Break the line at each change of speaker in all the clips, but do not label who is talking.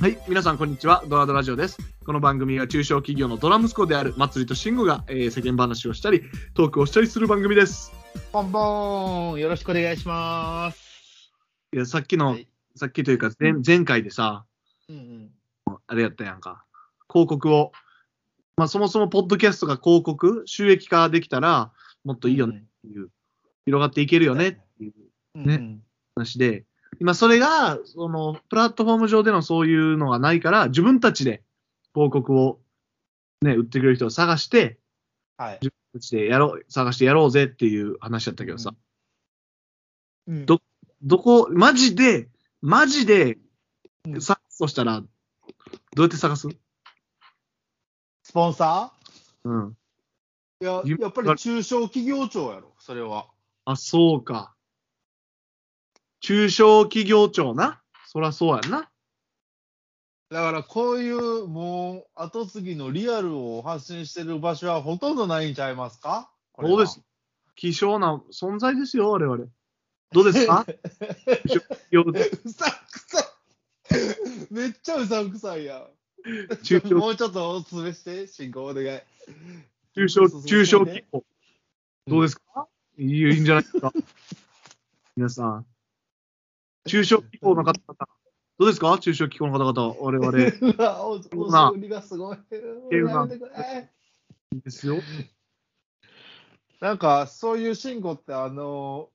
はい、皆さんこんにちは。ドラドラジオです。この番組は中小企業のドラ息子であるまつりとしんごが、えー世間話をしたり、トークをしたりする番組です。
ポンポーンよろしくお願いします。
いや、さっきの、
はい
さっきというか前、前回でさ、
うんうん。
あれやったやんか。広告を、まあそもそもポッドキャストが広告、収益化できたら、もっといいよねっていう、広がっていけるよねっていう
うんうん。
話で、今それが、その、プラットフォーム上でのそういうのがないから、自分たちで広告をね、売ってくれる人を探して、
はい。
うちでやろう、探してやろうぜっていう話だったけどさ、
うん。
どどこ、マジで、マジで
うん
探すとしたら、どうやって探す
スポンサ
うん。
ーいや、
ゆ
やっぱり中小企業庁やろ、それは。
あ、そうか。中小企業庁な。そらそうやんな。
だからこういう、もう、後継ぎのリアルを発信してる場所はほとんどないんちゃいますかこれは
そうです。希少な存在ですよ、我々。どうです か中小企業
うさんくさい。めっちゃうさんくさいやん。
中小
もうちょっとお勧めして、進行お願い。
中小、
そうそう
中小企業。どうですか、いいいいんじゃないですか 皆さん。中小企業の方々。どうですか中小企業の方々。我 々。 いう
わ、お、おしりがすごい。
うな
やめてくれ
いですよ。
なんか、そういう信号って、あの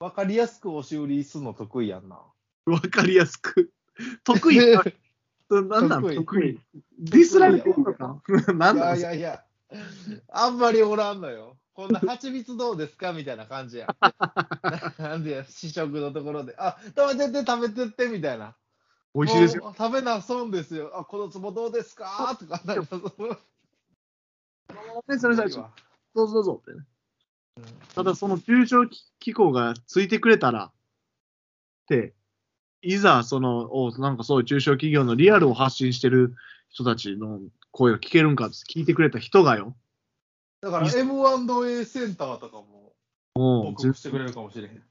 ー、わかりやすく押し売りするの得意やんな。
わかりやすく。得意 なんなん
得意
得意。ディスられてるのか ないんな
や
ん
いやいや、あんまりおらんのよ。こんな蜂蜜どうですかみたいな感じやん。 なんでや、試食のところで。あ、食べてって、食べてって、みたいな。
美味しいですよ。
よ。食べな損ですよ。あ、この壺どうですかとか、なんかそ
ねそれ最初
の。
どうぞどうぞってね
うん
ただその中小機構がついてくれたら、って、いざその、おなんかそういう中小企業のリアルを発信してる人たちの声を聞けるんかって聞いてくれた人がよ。
だから M&A センターとかも
も
報
う
告してくれるかもしれへん。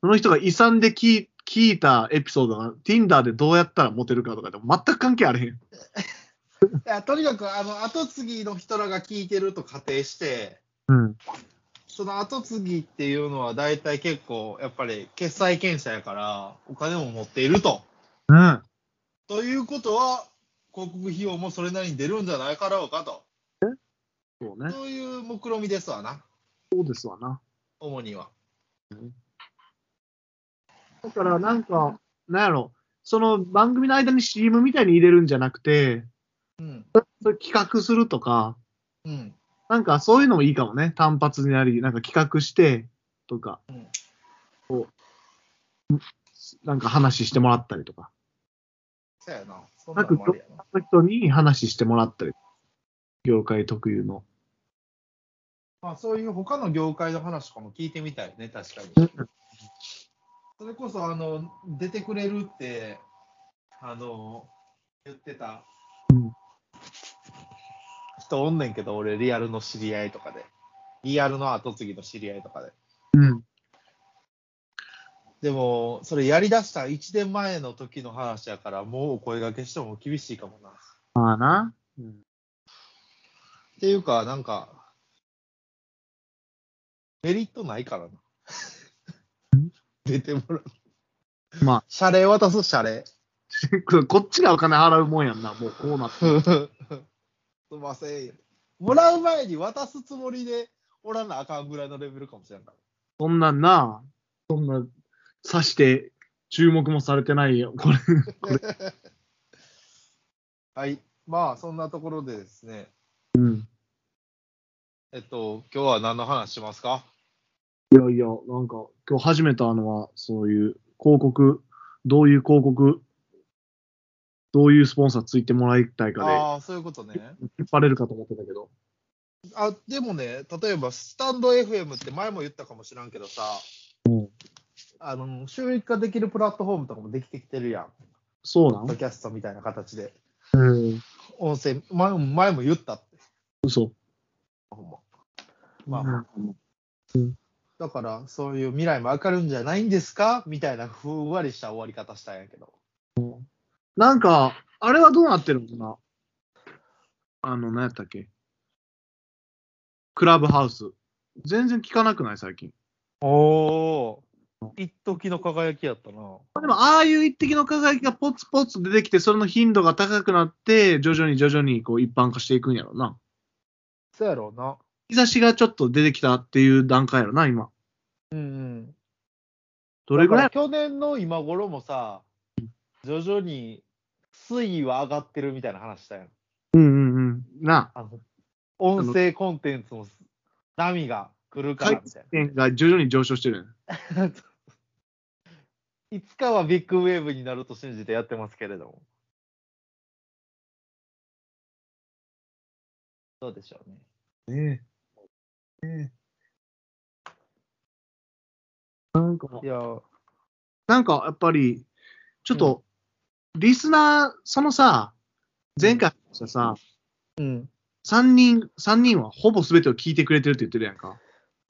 その人が遺産で聞い聞いたエピソードが Tinder でどうやったらモテるかとかでも全く関係あれへん。
いやとにかくあの後継ぎの人らが聞いてると仮定して、
うん。
その後継ぎっていうのは大体結構やっぱり決済権者やからお金も持っていると。
うん。
ということは広告費用もそれなりに出るんじゃないかろうかと。
そうね。
そういう目論見ですわな、
そうですわな。
主には。
だからなんか、なんやろ、その番組の間に CM みたいに入れるんじゃなくて、
うん。
それ企画するとか、
うん。
なんかそういうのもいいかもね。単発になり、なんか企画してとか、
うん
こう、なんか話してもらったりとか、
そうやな。そんなんもありやな
その人に話してもらったり、業界特有の。
まあそういう他の業界の話とかも聞いてみたいね、確かに。それこそ、あの、出てくれるって、あの、言ってた、
うん
人おんねんけど、俺、リアルの知り合いとかで。リアルの後継ぎの知り合いとかで。
うん。
でも、それやりだした1年前の時の話やから、もうお声掛けしても厳しいかもな。っ
まあな。うん
ていうか、なんか、メリットないからな。出てもらう。
まあ
謝礼渡す、謝礼。
こっちがお金払うもんやんな、もうこうなって。
すいません。もらう前に渡すつもりでおらなあかんぐらいのレベルかもしれんから。
そんなんな、そんな、刺して、注目もされてないよ。これ、
はい。まあ、そんなところでですね、
うん。
えっと、今日は何の話しますか
いやいや、なんか、今日始めたのは、そういう広告、どういう広告、どういうスポンサーついてもらいたいかで、
ああ、そういうことね。
引っ張れるかと思ってたけど。
あ、でもね、例えば、スタンド FM って前も言ったかもしらんけどさ、
うん
あの、収益化できるプラットフォームとかもできてきてるやん。
そう
ポッドキャストみたいな形で。
なんうん。
音声、前も前も言ったって。
嘘。
ほんままあまあ
うん
だから、そういう未来も明るいんじゃないんですかみたいなふんわりした終わり方したんやけど。
なんか、あれはどうなってるのかなあの、何やったっけクラブハウス。全然聞かなくない最近。
おお。一時の輝きやったな。
でも、ああいう一滴の輝きがポツポツ出てきて、それの頻度が高くなって、徐々に徐々にこう一般化していくんやろな。
そうやろうな。
日差しがちょっと出てきたっていう段階やろな、今。
うんうん。
どれぐらい
だから去年の今頃もさ、徐々に水位は上がってるみたいな話したやん。
うんうんうん。なあ。
あの音声コンテンツも波が来るからみたい
点が徐々に上昇してるよね。
な。いつかはビッグウェーブになると信じてやってますけれども。どうでしょうね。
ねえ。なんか、
いや、
なんかやっぱり、ちょっと、リスナー、そのさ、前回したさ、
うん。
3人、三人はほぼ全てを聞いてくれてるって言ってるやんか。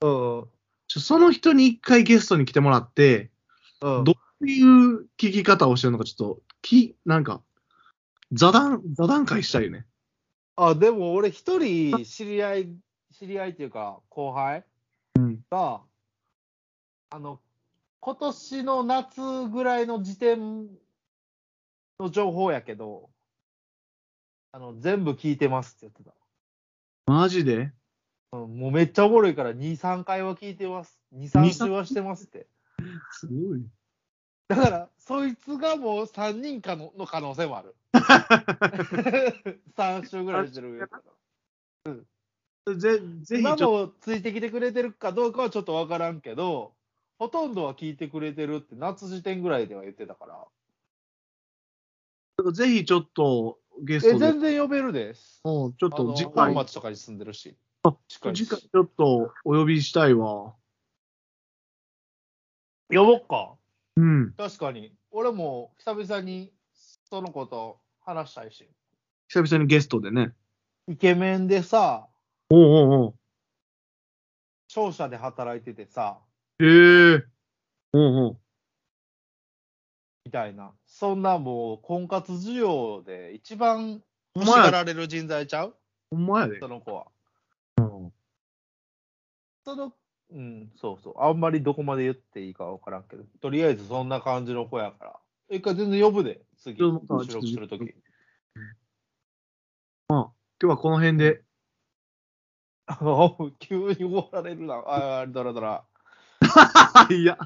うん。
ちょその人に一回ゲストに来てもらって、
うん
どういう聞き方をしてるのかちょっと、き、なんか、座談、座談会したいよね。
あ、でも俺一人知り合い、知り合いっていうか後輩
うん。
が、あの、今年の夏ぐらいの時点の情報やけど、あの、全部聞いてますって言って
マジで
た。うん、もうめっちゃおもろいから2、3回は聞いてます。2、3
二
週はしてますって。
すごい。
だから、そいつがもう3人かのの可能性もある。3週ぐらいしてるやから。
ぜ、ぜひちょ
今
っと、
もついてきてくれてるかどうかはちょっと分からんけど、ほとんどは聞いてくれてるって夏時点ぐらいでは言ってたから。
ぜひちょっと、ゲス
え、
トで、
全然呼べるです。
もうちょっ
あの
と次
本
回、
町とかに住んでるし。近いし
次回ちょっとお呼びしたいわ。
呼ぼっか。
うん。
確かに。俺も久々にその子と話したいし。
久々にゲストでね。
イケメンでさ、
おうおうおう。
商社で働いててさ、
へえ。おうおう。
みたいな。そんなもう婚活需要で一番
ほん
欲し
ま
が
や、
られる人材ちゃう
ほんまやで。
その子は。
うん
その、うん、そうそう。あんまりどこまで言っていいかわからんけど、とりあえずそんな感じの子やから。一回全然呼ぶで、次、
ちょ
収
っとま
録
た
するとき。
今日はこの辺 で。
あの急に終わられるな。ああ、だらだら。
いや。